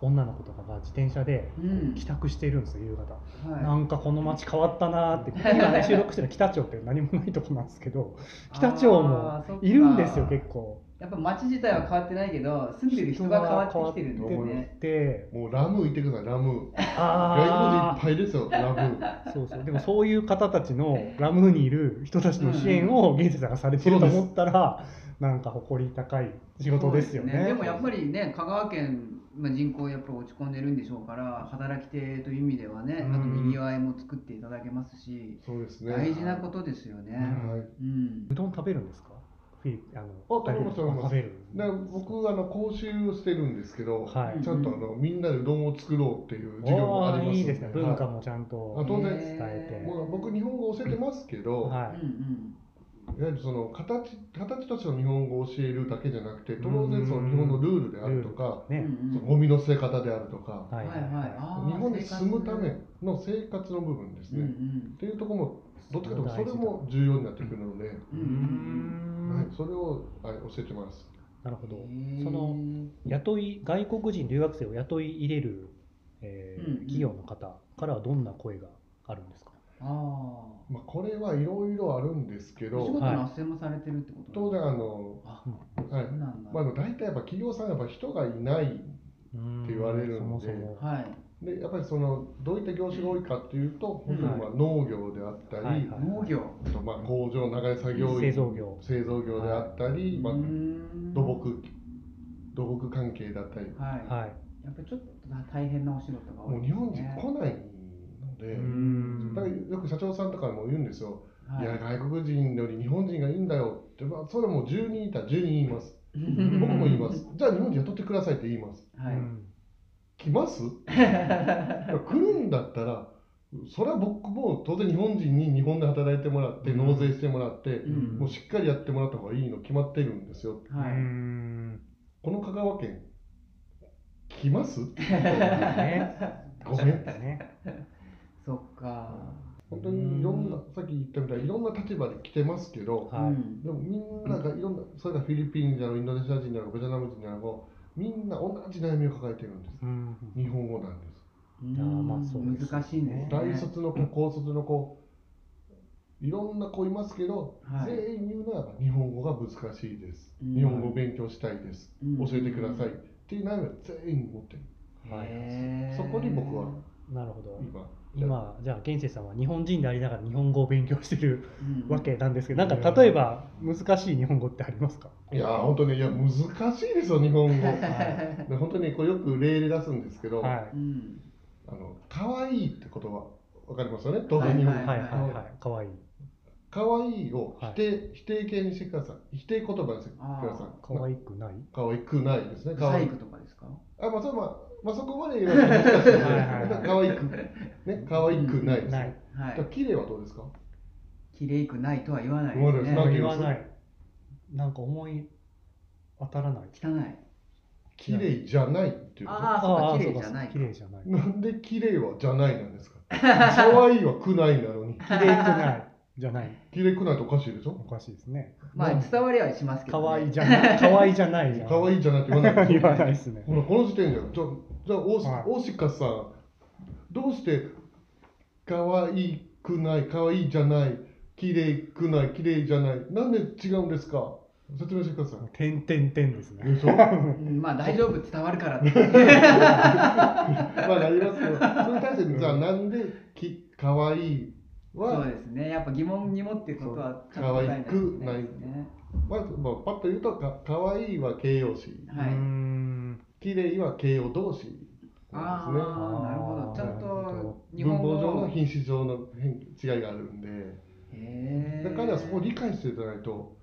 [SPEAKER 1] 女の子とかが自転車で
[SPEAKER 2] うん
[SPEAKER 1] 帰宅しているんですよ夕方、な
[SPEAKER 2] は
[SPEAKER 1] んかこの街変わったなーって今ね収録してるの北町って何もないとこなんですけど
[SPEAKER 2] い、
[SPEAKER 1] 北朝も
[SPEAKER 2] あーそっか
[SPEAKER 1] いるんですよ結構
[SPEAKER 2] やっぱ街自体は変わってないけど住んでる人が変わってきてるんです
[SPEAKER 3] 人が変わ
[SPEAKER 2] ね
[SPEAKER 1] で
[SPEAKER 3] もうラムいてください、ラム。外
[SPEAKER 1] あ
[SPEAKER 3] 国人いっぱいですよ、ラム。
[SPEAKER 1] <laughs> あそうそうでもそういう方たちのラムーにいる人たちの支援を現世さんがされてると思ったらなんか誇り高い仕事ですよね
[SPEAKER 2] そうでもやっぱりね香川県、まあ、人口やっぱ落ち込んでるんでしょうから働き手という意味ではね、
[SPEAKER 1] うん
[SPEAKER 2] あとにぎわいも作っていただけますし、
[SPEAKER 3] そうですね。
[SPEAKER 2] 大事なことですよね、
[SPEAKER 3] はい。
[SPEAKER 2] うん
[SPEAKER 1] うどん食べるんですかフィあの
[SPEAKER 3] あ食べます食べます
[SPEAKER 1] 食べる
[SPEAKER 3] で僕あの講習をしてるんですけど、
[SPEAKER 1] はい
[SPEAKER 3] ちゃんとあのみんなでうどんを作ろうっていう授業もありま
[SPEAKER 1] お
[SPEAKER 3] すん
[SPEAKER 1] ーいいですね
[SPEAKER 3] はい
[SPEAKER 1] 文化もちゃん
[SPEAKER 3] あ
[SPEAKER 1] と
[SPEAKER 3] 当然
[SPEAKER 1] 伝えて
[SPEAKER 3] まあ僕日本語教えてますけど、
[SPEAKER 1] はい
[SPEAKER 2] うんうん
[SPEAKER 3] いわゆるその形形としての日本語を教えるだけじゃなくて当
[SPEAKER 1] うん
[SPEAKER 3] 然その日本のルールであるとか、
[SPEAKER 2] うんう
[SPEAKER 1] ね
[SPEAKER 2] ん
[SPEAKER 3] そのゴミの捨て方であるとか、
[SPEAKER 1] はい
[SPEAKER 2] はいはいあー
[SPEAKER 3] 日本に住むため
[SPEAKER 2] 生
[SPEAKER 3] の生活の部分です
[SPEAKER 2] 活うん
[SPEAKER 3] ね、
[SPEAKER 2] う
[SPEAKER 3] っ
[SPEAKER 2] ん
[SPEAKER 3] ていうところもどっちかというとそ
[SPEAKER 1] 大事
[SPEAKER 3] れ
[SPEAKER 1] だ
[SPEAKER 3] も重要になってくるので、
[SPEAKER 2] うん
[SPEAKER 1] うーん
[SPEAKER 3] はい、それを、はい、教えてます
[SPEAKER 1] なるほど
[SPEAKER 2] へー
[SPEAKER 1] その雇い外国人留学生を雇い入れる、えー
[SPEAKER 2] うんうん
[SPEAKER 1] 企業の方からはどんな声があるんですか
[SPEAKER 2] ああ
[SPEAKER 3] まあ、これはいろいろあるんですけ
[SPEAKER 2] お仕事の
[SPEAKER 3] ど
[SPEAKER 2] 斡旋もされてるってこと
[SPEAKER 3] 当然あの、
[SPEAKER 2] あ
[SPEAKER 3] はい
[SPEAKER 2] そうなんだ、
[SPEAKER 3] まあ、あの大体やっぱ企業さんはやっぱ人がいない
[SPEAKER 1] って
[SPEAKER 3] 言われるんで
[SPEAKER 1] そもそも
[SPEAKER 2] はい
[SPEAKER 3] でやっぱりそのどういった業種が多いかっていうと
[SPEAKER 2] うん
[SPEAKER 3] 本当にまあ農業であったり、
[SPEAKER 1] はいはい
[SPEAKER 2] 農業
[SPEAKER 3] あとまあ工場流れ作業員
[SPEAKER 1] 製造業
[SPEAKER 3] 製造業であったり、まあ
[SPEAKER 2] うー、ん
[SPEAKER 3] 土木土木関係だったり
[SPEAKER 2] はい、
[SPEAKER 1] はい
[SPEAKER 2] やっぱりちょっと大変なお仕事が多
[SPEAKER 3] も
[SPEAKER 2] いうで
[SPEAKER 3] 日
[SPEAKER 2] すね
[SPEAKER 3] 本人来ないので、
[SPEAKER 1] うー
[SPEAKER 3] だから
[SPEAKER 1] ん
[SPEAKER 3] よく社長さんとかも言うんですよ、い、や
[SPEAKER 2] はい
[SPEAKER 3] 外国人より日本人がいいんだよって、まあ、それも10人いたら10人います
[SPEAKER 1] うん
[SPEAKER 3] 僕も言いますじゃあ日本人雇ってくださいって言います
[SPEAKER 2] はい、
[SPEAKER 1] うん
[SPEAKER 3] 来ます来るんだったらそれは僕も当然日本人に日本で働いてもらって納税してもらって、
[SPEAKER 2] ん
[SPEAKER 3] もうしっかりやってもらった方がいいの決まってるんですよ
[SPEAKER 1] う
[SPEAKER 2] は
[SPEAKER 1] ー
[SPEAKER 2] い、
[SPEAKER 1] ん
[SPEAKER 3] この香川県来ます
[SPEAKER 1] ね
[SPEAKER 3] ごめん
[SPEAKER 1] ね
[SPEAKER 2] そっか、
[SPEAKER 3] 本当にいろんなさっき言ったみたいにいろんな立場で来てますけど
[SPEAKER 1] はい
[SPEAKER 2] うん
[SPEAKER 3] でもみんながいろんなそれがフィリピン人だろうインドネシア人だろうベトナム人だろうみんな同じ悩みを抱えてるんです
[SPEAKER 1] うん
[SPEAKER 3] 日本語なんです
[SPEAKER 2] うん
[SPEAKER 1] あーまあそうですね
[SPEAKER 2] 難しいんですね
[SPEAKER 3] 大卒の子高卒の子いろんな子いますけど、
[SPEAKER 2] はい
[SPEAKER 3] 全員言うのは日本語が難しいです、
[SPEAKER 2] うん
[SPEAKER 3] 日本語を勉強したいです、
[SPEAKER 2] うん
[SPEAKER 3] 教えてください、っていう悩みは全員持ってる
[SPEAKER 1] はい
[SPEAKER 2] へー
[SPEAKER 3] そこに僕は
[SPEAKER 1] なるほど
[SPEAKER 3] 今
[SPEAKER 1] 今じゃあ現世さんは日本人でありながら日本語を勉強してる
[SPEAKER 2] うん
[SPEAKER 1] わけなんですけどなんか例えば難しい日本語ってあります
[SPEAKER 2] <laughs>
[SPEAKER 1] か
[SPEAKER 3] いやー本当ねいや難しいですよ日本
[SPEAKER 1] <laughs>
[SPEAKER 3] 語
[SPEAKER 1] は
[SPEAKER 3] で本当にこうよく例で出すんですけど、
[SPEAKER 1] は
[SPEAKER 2] うん
[SPEAKER 3] あの可愛いって言葉わかりますよね
[SPEAKER 1] い
[SPEAKER 3] 当然日本語、
[SPEAKER 1] はいはいはい可愛い
[SPEAKER 3] 可愛いを否定、否定形にしてください否定言葉にしてくだ
[SPEAKER 2] あ
[SPEAKER 3] さい
[SPEAKER 1] 可愛くない
[SPEAKER 3] 可愛くないですね可
[SPEAKER 2] サ
[SPEAKER 3] 愛
[SPEAKER 2] イ
[SPEAKER 3] い
[SPEAKER 2] クとかですか
[SPEAKER 3] あまあそうまあまあそこまで言わないと難しいです
[SPEAKER 1] はいはいはい
[SPEAKER 3] <laughs> 可愛くね可愛くないです、
[SPEAKER 1] な
[SPEAKER 3] ね
[SPEAKER 1] い。
[SPEAKER 2] は
[SPEAKER 3] じゃあ
[SPEAKER 2] い
[SPEAKER 3] 綺麗はどうですか？
[SPEAKER 2] 綺麗くないとは言わない
[SPEAKER 3] そう
[SPEAKER 2] です
[SPEAKER 3] ですか
[SPEAKER 2] ね
[SPEAKER 1] 言わない。なんか思い当たらない。
[SPEAKER 2] 汚い
[SPEAKER 3] 綺麗じゃないっていうこと。
[SPEAKER 2] ああそうか綺
[SPEAKER 1] そう
[SPEAKER 2] 麗じゃない
[SPEAKER 1] 綺麗じゃ
[SPEAKER 2] <laughs>
[SPEAKER 1] ない。
[SPEAKER 3] なんで綺麗はじゃないなんですか？可愛いはくないなのに。
[SPEAKER 1] 綺麗くない。じゃない。
[SPEAKER 3] キレくないとおかしいでし
[SPEAKER 1] お
[SPEAKER 3] ょ
[SPEAKER 1] かしいですね。
[SPEAKER 2] <laughs> まあ
[SPEAKER 1] もう
[SPEAKER 2] 伝わりはしますけど、ね、
[SPEAKER 1] 可愛いじゃ
[SPEAKER 2] <laughs>
[SPEAKER 1] ない。可愛いじゃないじゃん。
[SPEAKER 3] 可愛いじゃないって言わないでし
[SPEAKER 1] 言
[SPEAKER 3] ょ
[SPEAKER 1] わないですね。
[SPEAKER 3] ほらこの時点じゃんじゃあじゃあ大し
[SPEAKER 1] はい
[SPEAKER 3] 大鹿さんどうして可愛くない可愛いじゃない綺麗くない綺麗じゃないなんで違うんですか説明してください
[SPEAKER 1] てんてんてんですね。
[SPEAKER 3] でしょま
[SPEAKER 2] うんまあ大丈夫伝わるからって
[SPEAKER 3] あなりますけどそれに対してじゃあなんでき可愛い
[SPEAKER 2] <laughs> そう
[SPEAKER 3] は
[SPEAKER 2] ですねやっぱ疑問に持ってることはちゃんと答えないといけないですね
[SPEAKER 3] まずまあパッと言うとか可愛いは形容詞
[SPEAKER 2] はいう
[SPEAKER 1] ーん。
[SPEAKER 3] 綺麗は形容動詞
[SPEAKER 2] あ
[SPEAKER 3] なん
[SPEAKER 2] あー
[SPEAKER 3] ですね
[SPEAKER 2] なるほどちゃん
[SPEAKER 1] なるほど
[SPEAKER 2] と日
[SPEAKER 3] 文
[SPEAKER 2] 本
[SPEAKER 3] 法
[SPEAKER 2] 語
[SPEAKER 3] 上の
[SPEAKER 2] の
[SPEAKER 3] 品詞上の変違いがあるんで
[SPEAKER 2] へ
[SPEAKER 3] だ
[SPEAKER 2] ー
[SPEAKER 3] からそこを理解していただいと、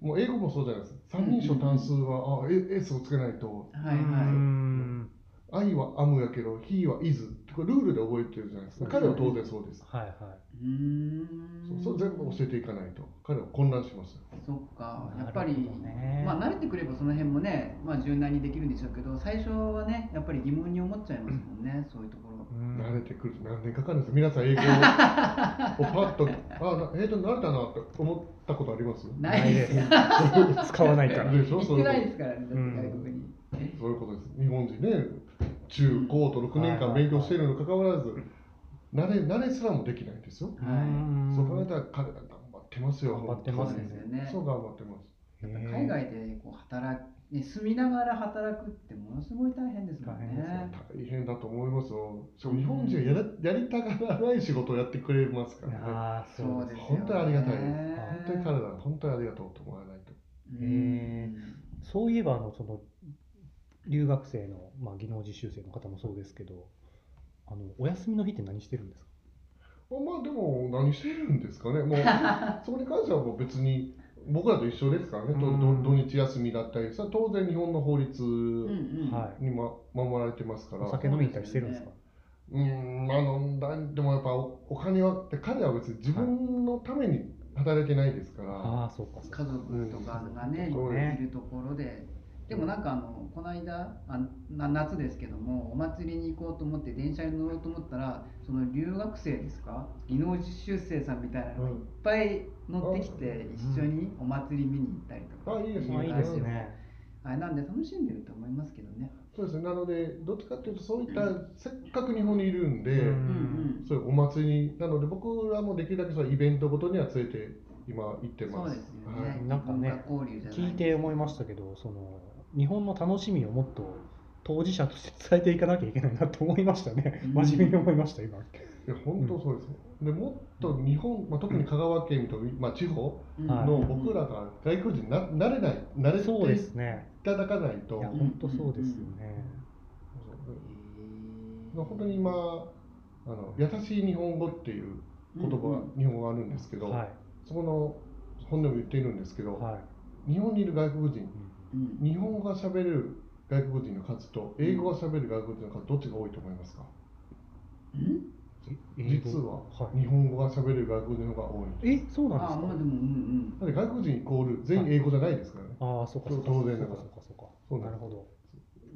[SPEAKER 3] もう英語もそうじゃないですか。三人称単数は、あ、え、エスをつけないと、
[SPEAKER 2] はいはい、
[SPEAKER 1] うーん
[SPEAKER 3] 愛はアムやけど、he は is ってこれルールで覚えてるじゃないですか。彼は当然そうです。
[SPEAKER 1] はいは
[SPEAKER 2] うーん
[SPEAKER 3] そうそう全部教えていかないと、彼は混乱します。
[SPEAKER 2] そっか
[SPEAKER 1] い。
[SPEAKER 2] やっぱり、
[SPEAKER 1] なるほどね
[SPEAKER 2] まあ慣れてくればその辺もね、まあ、柔軟にできるんでしょうけど最初はねやっぱり疑問に思っちゃいますもんね、そういうところ
[SPEAKER 1] うーん
[SPEAKER 3] 慣れてくると何年かかるんです。皆さん英語ををパッと、あ、なえっと慣れたなって思ったことあります
[SPEAKER 2] ないです
[SPEAKER 1] ない
[SPEAKER 2] <laughs>
[SPEAKER 1] です使わないから。
[SPEAKER 3] でしょ
[SPEAKER 2] 行
[SPEAKER 3] そ
[SPEAKER 2] っ
[SPEAKER 3] うい
[SPEAKER 2] て
[SPEAKER 3] うこ
[SPEAKER 2] ないで
[SPEAKER 3] と
[SPEAKER 2] すからねだって
[SPEAKER 1] うん
[SPEAKER 2] 外国に、
[SPEAKER 3] そういうことです。日本人ね、中高と6年間勉強しているにもかかわらず、慣れ慣れすらもできないんですよ。
[SPEAKER 1] うー
[SPEAKER 3] そこま
[SPEAKER 1] ん
[SPEAKER 3] では彼ら頑張ってますよ。
[SPEAKER 1] 頑張ってます
[SPEAKER 2] そうですよね
[SPEAKER 3] そう頑張ってます。
[SPEAKER 1] へー
[SPEAKER 2] 海外でこう働く、ね、住みながら働くってものすごい大変ですもん
[SPEAKER 1] 大変ですよ
[SPEAKER 2] ね
[SPEAKER 3] 大変だと思いますよ。しかも日本人はやらやりたがらない仕事をやってくれますからね。
[SPEAKER 1] ああ、
[SPEAKER 2] そうですよね
[SPEAKER 3] 本当にありがたいです
[SPEAKER 2] 本
[SPEAKER 3] 本当に彼らは本当にありがとうと思わないと。
[SPEAKER 1] へーそういえばあのその留学生の、まあ、技能実習生の方もそうですけどあのお休みの日って何してるんですか
[SPEAKER 3] まあでも何してるんですかね。
[SPEAKER 1] <laughs>
[SPEAKER 3] もうそこに関してはもう別に僕らと一緒ですからね。と
[SPEAKER 1] うん
[SPEAKER 3] 土日休みだったりさ、当然日本の法律
[SPEAKER 2] うん
[SPEAKER 3] に
[SPEAKER 2] うん
[SPEAKER 1] は
[SPEAKER 3] ま守られてますから。
[SPEAKER 1] お酒飲みに行ったりしてるんですか
[SPEAKER 3] うーん、まあ飲んだでもやっぱおお金はって彼は別に自分のために働いてないですから、
[SPEAKER 1] ああそうかそうか
[SPEAKER 2] 家族とかがね、
[SPEAKER 3] うん
[SPEAKER 2] いっぱいいるところで、でもなんかあのこの間あな夏ですけどもお祭りに行こうと思って電車に乗ろうと思ったらその留学生ですか技能実習生さんみたいなのがいっぱい乗ってきて
[SPEAKER 1] うん
[SPEAKER 2] 一緒にお祭り見に行ったりとか、
[SPEAKER 3] あいいですね
[SPEAKER 1] まあいいですね
[SPEAKER 2] あれなんで楽しんでると思いますけどね、
[SPEAKER 3] そうですねなのでどっちかっていうとそういった、せっかく日本にいるんで、
[SPEAKER 1] うん
[SPEAKER 2] うん
[SPEAKER 3] そういうお祭りなので僕らもできるだけそうイベントごとには連れて今行って
[SPEAKER 2] うん、そ
[SPEAKER 3] ま
[SPEAKER 2] う
[SPEAKER 3] す
[SPEAKER 2] ですよ
[SPEAKER 3] は
[SPEAKER 2] ね、
[SPEAKER 3] い
[SPEAKER 1] なんかね
[SPEAKER 2] 文化交流じゃない
[SPEAKER 1] 聞いて思いましたけどその日本の楽しみをもっと当事者として伝えていかなきゃいけないなと思いましたね
[SPEAKER 2] うん
[SPEAKER 1] 真面目に思いました今
[SPEAKER 3] いや本当そうです、でもっと日本、まあ、特に香川県と、まあ、地方
[SPEAKER 2] うん
[SPEAKER 1] はい
[SPEAKER 3] の僕らが外国人にな慣れない慣れ
[SPEAKER 1] そう
[SPEAKER 3] て
[SPEAKER 1] で
[SPEAKER 3] い
[SPEAKER 1] すね
[SPEAKER 3] ただかないと
[SPEAKER 1] いや
[SPEAKER 2] ん
[SPEAKER 1] 本当そうですよね
[SPEAKER 3] まあ本当に今あの優しい日本語っていう言葉、日本語があるんですけど、
[SPEAKER 1] はい
[SPEAKER 3] そこの本でも言っているんですけど、
[SPEAKER 1] はい
[SPEAKER 3] 日本にいる外国人
[SPEAKER 2] うんうん
[SPEAKER 3] 日本語が喋れる外国人の数と英語が喋る外国人の数どっちが多いと思いますか、
[SPEAKER 2] うん
[SPEAKER 1] え英語
[SPEAKER 3] 実は
[SPEAKER 1] はい
[SPEAKER 3] 日本語が喋れる外国人の方が多い
[SPEAKER 1] えそう
[SPEAKER 2] あ
[SPEAKER 1] なんです
[SPEAKER 2] まあ
[SPEAKER 1] か
[SPEAKER 2] でもうん
[SPEAKER 3] だって外国人イコール全員英語じゃないですからね、
[SPEAKER 1] ああ、そうか、そうか、
[SPEAKER 3] そ
[SPEAKER 1] そううか、
[SPEAKER 3] 当然
[SPEAKER 1] そ
[SPEAKER 3] だ
[SPEAKER 1] う
[SPEAKER 3] か、
[SPEAKER 1] からそうか
[SPEAKER 3] そうなん
[SPEAKER 1] な
[SPEAKER 3] で
[SPEAKER 1] る
[SPEAKER 3] す
[SPEAKER 1] ほ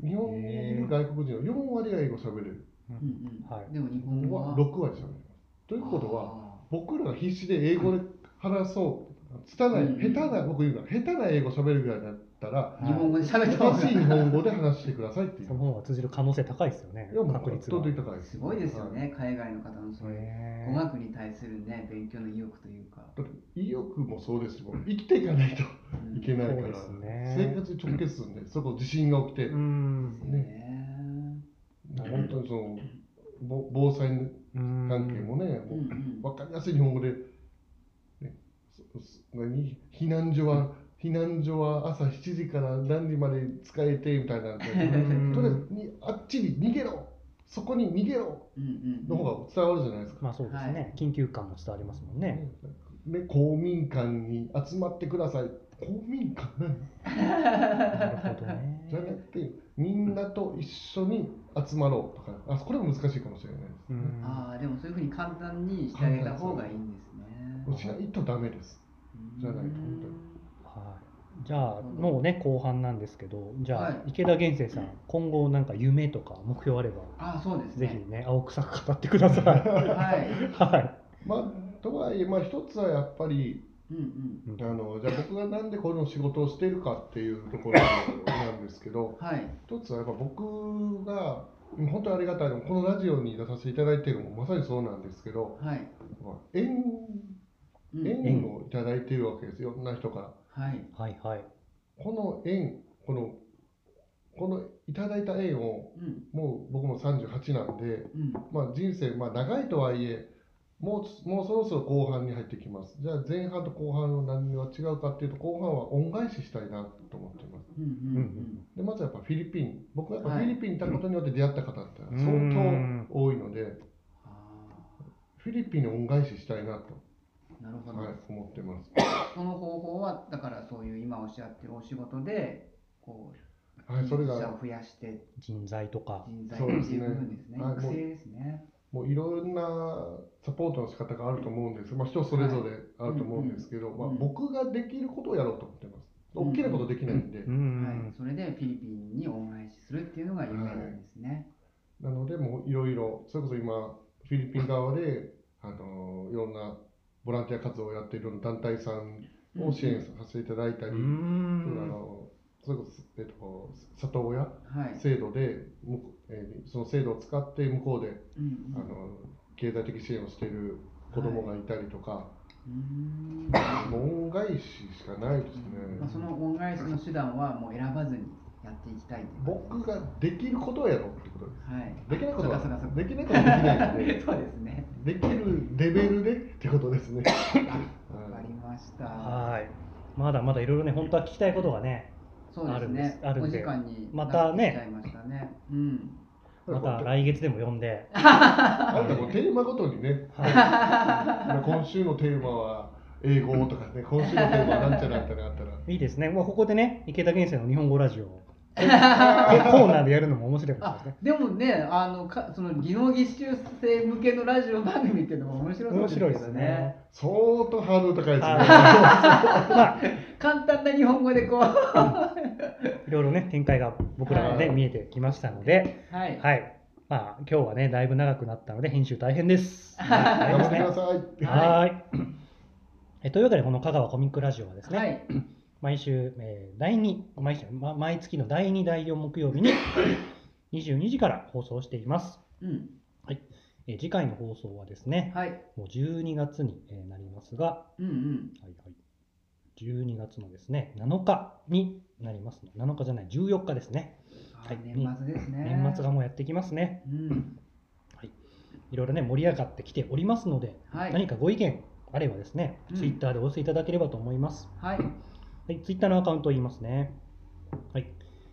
[SPEAKER 1] ど。
[SPEAKER 3] 日本にいる外国人の4割が英語喋れる
[SPEAKER 1] うん
[SPEAKER 2] うんうん
[SPEAKER 1] はい
[SPEAKER 2] でも日本
[SPEAKER 3] 僕
[SPEAKER 2] 語は
[SPEAKER 3] は6割喋れますということは僕らが必死で英語で話そう拙い、
[SPEAKER 2] うん
[SPEAKER 3] 下手な僕言うのは下手な英語喋るぐらいだったら
[SPEAKER 2] 日本語で喋った方
[SPEAKER 3] 正
[SPEAKER 2] が
[SPEAKER 3] しい日本語で話してくださいっていう
[SPEAKER 1] その方が通じる可能性高いですよね
[SPEAKER 3] いやもう。
[SPEAKER 1] 確率が。
[SPEAKER 3] 圧倒的高いです
[SPEAKER 2] すごいですよね、海外の方のそういう
[SPEAKER 1] ね
[SPEAKER 2] 語学に対するね勉強の意欲というか、
[SPEAKER 3] だって意欲もそうですしもう生きていかないと
[SPEAKER 2] うん
[SPEAKER 3] いけないから、
[SPEAKER 1] そうですね
[SPEAKER 3] 生活に直結するんでそこ地震が起きて、
[SPEAKER 1] うん。
[SPEAKER 2] ですよね
[SPEAKER 3] 本当にそのぼ防災
[SPEAKER 1] うん
[SPEAKER 3] 関係もね、
[SPEAKER 2] う
[SPEAKER 3] も
[SPEAKER 2] んう
[SPEAKER 3] うん分かりやすい日本語で、ね、そそ何避難所は避難所は朝7時から何時まで使えてみたいなんでと
[SPEAKER 1] う
[SPEAKER 3] り
[SPEAKER 1] ん
[SPEAKER 3] あえずにあっちに逃げろそこに逃げろ
[SPEAKER 2] うんうん
[SPEAKER 3] の方が伝わるじゃないですか。
[SPEAKER 1] まあそうです
[SPEAKER 2] は
[SPEAKER 1] ね。緊急感も伝わりますもんね。
[SPEAKER 3] ね、公民館に集まってください。公民館何
[SPEAKER 1] なるほどね
[SPEAKER 3] じゃなくて、みんなと一緒に集まろうとか、あこれも難しいかもしれないです
[SPEAKER 1] う
[SPEAKER 3] ね。
[SPEAKER 1] ん。
[SPEAKER 2] ああでもそういうふうに簡単にしてあげた方がいいんですね
[SPEAKER 3] しないとダメです。じゃないと本当に
[SPEAKER 1] はい。じゃあもうね後半なんですけど、じゃ
[SPEAKER 2] は
[SPEAKER 1] あ
[SPEAKER 2] い
[SPEAKER 1] 池田源生さん、今後なんか夢とか目標あれば
[SPEAKER 2] ああそうです
[SPEAKER 1] ぜ
[SPEAKER 2] ね
[SPEAKER 3] <laughs>
[SPEAKER 1] ひね青臭く語ってください。
[SPEAKER 2] はい
[SPEAKER 1] は
[SPEAKER 3] まあ、とはいえ、まあ、一つはやっぱり
[SPEAKER 2] うんうん
[SPEAKER 1] うん
[SPEAKER 3] あのじゃあ僕がなんでこの仕事をしてるかっていうところなんです
[SPEAKER 1] <laughs>
[SPEAKER 3] けど
[SPEAKER 2] はい
[SPEAKER 3] 一つはやっぱ僕が本当にありがたいのこのラジオに出させていただいてるのもまさにそうなんですけど
[SPEAKER 2] はい
[SPEAKER 3] 縁
[SPEAKER 2] うん
[SPEAKER 3] 縁をいただいてるわけですよいろんな人から。
[SPEAKER 2] はい
[SPEAKER 1] はいはい。
[SPEAKER 3] この縁このこのいただいた縁を
[SPEAKER 2] うん
[SPEAKER 3] もう僕も38なんで、
[SPEAKER 2] うん
[SPEAKER 3] まあ、人生、まあ、長いとはいえもうもうそろそろ後半に入ってきますじゃあ前半と後半の何が違うかっていうと後半は恩返ししたいなと思ってます
[SPEAKER 2] うんうんうん
[SPEAKER 3] でまずやっぱフィリピン僕はやっぱ
[SPEAKER 2] は
[SPEAKER 3] フ
[SPEAKER 2] い
[SPEAKER 3] ィリピンにいたことによって出会った方って相
[SPEAKER 1] うん
[SPEAKER 3] 当多いので、
[SPEAKER 2] あ
[SPEAKER 3] フィリピンに恩返ししたいなと、
[SPEAKER 2] ーなるほど、
[SPEAKER 3] はい、思ってます
[SPEAKER 2] その方法はだからそういう今おっしゃってるお仕事でこう
[SPEAKER 3] はいそれが
[SPEAKER 2] 技術者を増やして
[SPEAKER 1] 人材とか。
[SPEAKER 2] 人材
[SPEAKER 3] そ
[SPEAKER 2] っ
[SPEAKER 3] う
[SPEAKER 2] て
[SPEAKER 3] ですね
[SPEAKER 2] いう部分ですね
[SPEAKER 3] はい
[SPEAKER 2] 育成ですね
[SPEAKER 3] もういろんなサポートの仕方があると思うんです、まあ、人それぞれあると思うんですけど、
[SPEAKER 2] ん
[SPEAKER 3] まあ、
[SPEAKER 2] うん
[SPEAKER 3] 僕ができることをやろうと思ってます。
[SPEAKER 2] うん
[SPEAKER 3] 大きなことできないんで、
[SPEAKER 1] ん
[SPEAKER 2] はい、それでフィリピンに恩返しするっていうのが夢なんですね。
[SPEAKER 3] なので、もういろいろ、それこそ今、フィリピン側で、あのいろんなボランティア活動をやっている団体さんを支援させていただいたり、あ
[SPEAKER 1] ん。
[SPEAKER 3] のそれこそ、えっと、里親
[SPEAKER 2] はい。
[SPEAKER 3] 制度で、向こうえーその制度を使って向こうで、
[SPEAKER 2] うん
[SPEAKER 3] あの経済的支援をしている子供がいたりとか。
[SPEAKER 2] うん。うーん
[SPEAKER 3] もう恩返ししかないですね。
[SPEAKER 2] まあ、その恩返しの手段はもう選ばずにやっていきたいという
[SPEAKER 3] 僕ができることをやろうってことです。
[SPEAKER 2] はい。
[SPEAKER 3] できないことは
[SPEAKER 2] そうかそうかそうか
[SPEAKER 3] できないことはできないので、
[SPEAKER 2] <laughs> そうですね。
[SPEAKER 3] できるレベルでってことです
[SPEAKER 2] わ
[SPEAKER 3] ね。
[SPEAKER 2] かりました。
[SPEAKER 1] はい。まだまだいろいろね、本当は聞きたいことがね、
[SPEAKER 2] そうですね。
[SPEAKER 1] あるん
[SPEAKER 2] お
[SPEAKER 1] です
[SPEAKER 2] 時間に
[SPEAKER 1] またね
[SPEAKER 2] なってきちゃいましたね。うん。
[SPEAKER 1] また来月でも呼んで。
[SPEAKER 3] あなたもうテーマごとにね、
[SPEAKER 1] は
[SPEAKER 3] 今週のテーマは英語とかね、今週のテーマはなんちゃらってなったら。
[SPEAKER 1] い。いいですね。もうここでね、池田源生の日本語ラ
[SPEAKER 3] <laughs>
[SPEAKER 1] ジオを。えコーナーでやるのも面白いかも
[SPEAKER 2] あ
[SPEAKER 1] しれない
[SPEAKER 2] でもね、あのかその技能実習生向けのラジオ番組っていうのも面白そう
[SPEAKER 1] 面
[SPEAKER 2] ですけど
[SPEAKER 1] 白いですね。。
[SPEAKER 3] 相当ハードル高いですね。
[SPEAKER 1] まあ、
[SPEAKER 2] 簡単な日本語
[SPEAKER 1] <laughs>
[SPEAKER 2] でこう。
[SPEAKER 1] いろいろね、展開が僕らのね、
[SPEAKER 3] はい
[SPEAKER 1] 見えてきましたので、
[SPEAKER 2] はい。
[SPEAKER 1] はい。まあ、今日はね、だいぶ長くなったので、編集大変です。大変
[SPEAKER 3] 頑
[SPEAKER 1] で
[SPEAKER 3] 張っ
[SPEAKER 1] す
[SPEAKER 3] て
[SPEAKER 1] ね
[SPEAKER 3] ください。
[SPEAKER 1] はーい。えというわけで、この香川コミックラジオはですね、
[SPEAKER 2] はい。
[SPEAKER 1] 毎週、えー第2毎週、ま、毎月の第2、第4木曜日
[SPEAKER 2] <laughs>
[SPEAKER 1] に22時から放送しています。
[SPEAKER 2] うん。
[SPEAKER 1] えー次回の放送はですね、
[SPEAKER 2] はい。
[SPEAKER 1] もう12月にえーなりますが、
[SPEAKER 2] うんうん。
[SPEAKER 1] はいはい、12月のですね、7日になりますね。7日じゃない、14日ですね。
[SPEAKER 2] あー
[SPEAKER 1] はい
[SPEAKER 2] 年末ですね。
[SPEAKER 1] 年末が。もうやってきますね。
[SPEAKER 2] うん。
[SPEAKER 1] いろいろね、盛り上がってきておりますので、
[SPEAKER 2] はい。
[SPEAKER 1] 何かご意見あればですね、
[SPEAKER 2] うん
[SPEAKER 1] ツイッターでお寄せいただければと思います。
[SPEAKER 2] はい。
[SPEAKER 1] はい、ツイッターのアカウントを言いますね。はい。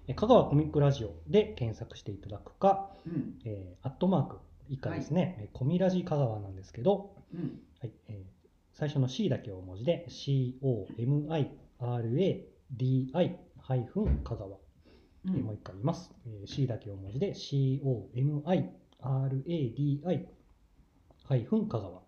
[SPEAKER 1] え香川コミックラジオで検索していただくか、
[SPEAKER 2] うん。
[SPEAKER 1] えーアットマーク以下ですね、えーコミラジ香川なんですけど、
[SPEAKER 2] うん。
[SPEAKER 1] はいえー最初の C だけを文字で、COMIRADI- 香川。
[SPEAKER 2] うん
[SPEAKER 1] えーもう一回言います。えー C だけを文字で COMIRADI- 香川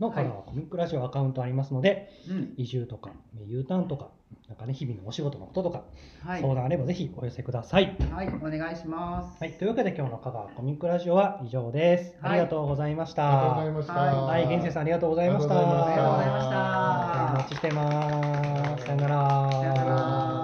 [SPEAKER 1] の香川コミックラジオアカウントありますので、
[SPEAKER 2] うん。
[SPEAKER 1] 移住とかえー U ターンとか、なんかね、日々のお仕事のこととか、
[SPEAKER 2] はい。
[SPEAKER 1] 相談あればぜひお寄せください。
[SPEAKER 2] はい。お願いします。
[SPEAKER 1] はい、というわけで今日の香川コミックラジオは以上です。
[SPEAKER 2] はい
[SPEAKER 1] ありがとうございました。
[SPEAKER 3] ありがとうございました。
[SPEAKER 1] は、
[SPEAKER 2] はい
[SPEAKER 1] 源生さんありがとうございました。
[SPEAKER 3] あ
[SPEAKER 2] ありがとう
[SPEAKER 3] りがとうご
[SPEAKER 2] ございまし
[SPEAKER 1] またお
[SPEAKER 2] た。
[SPEAKER 1] 待ちしてます。さよなら。
[SPEAKER 2] さよなら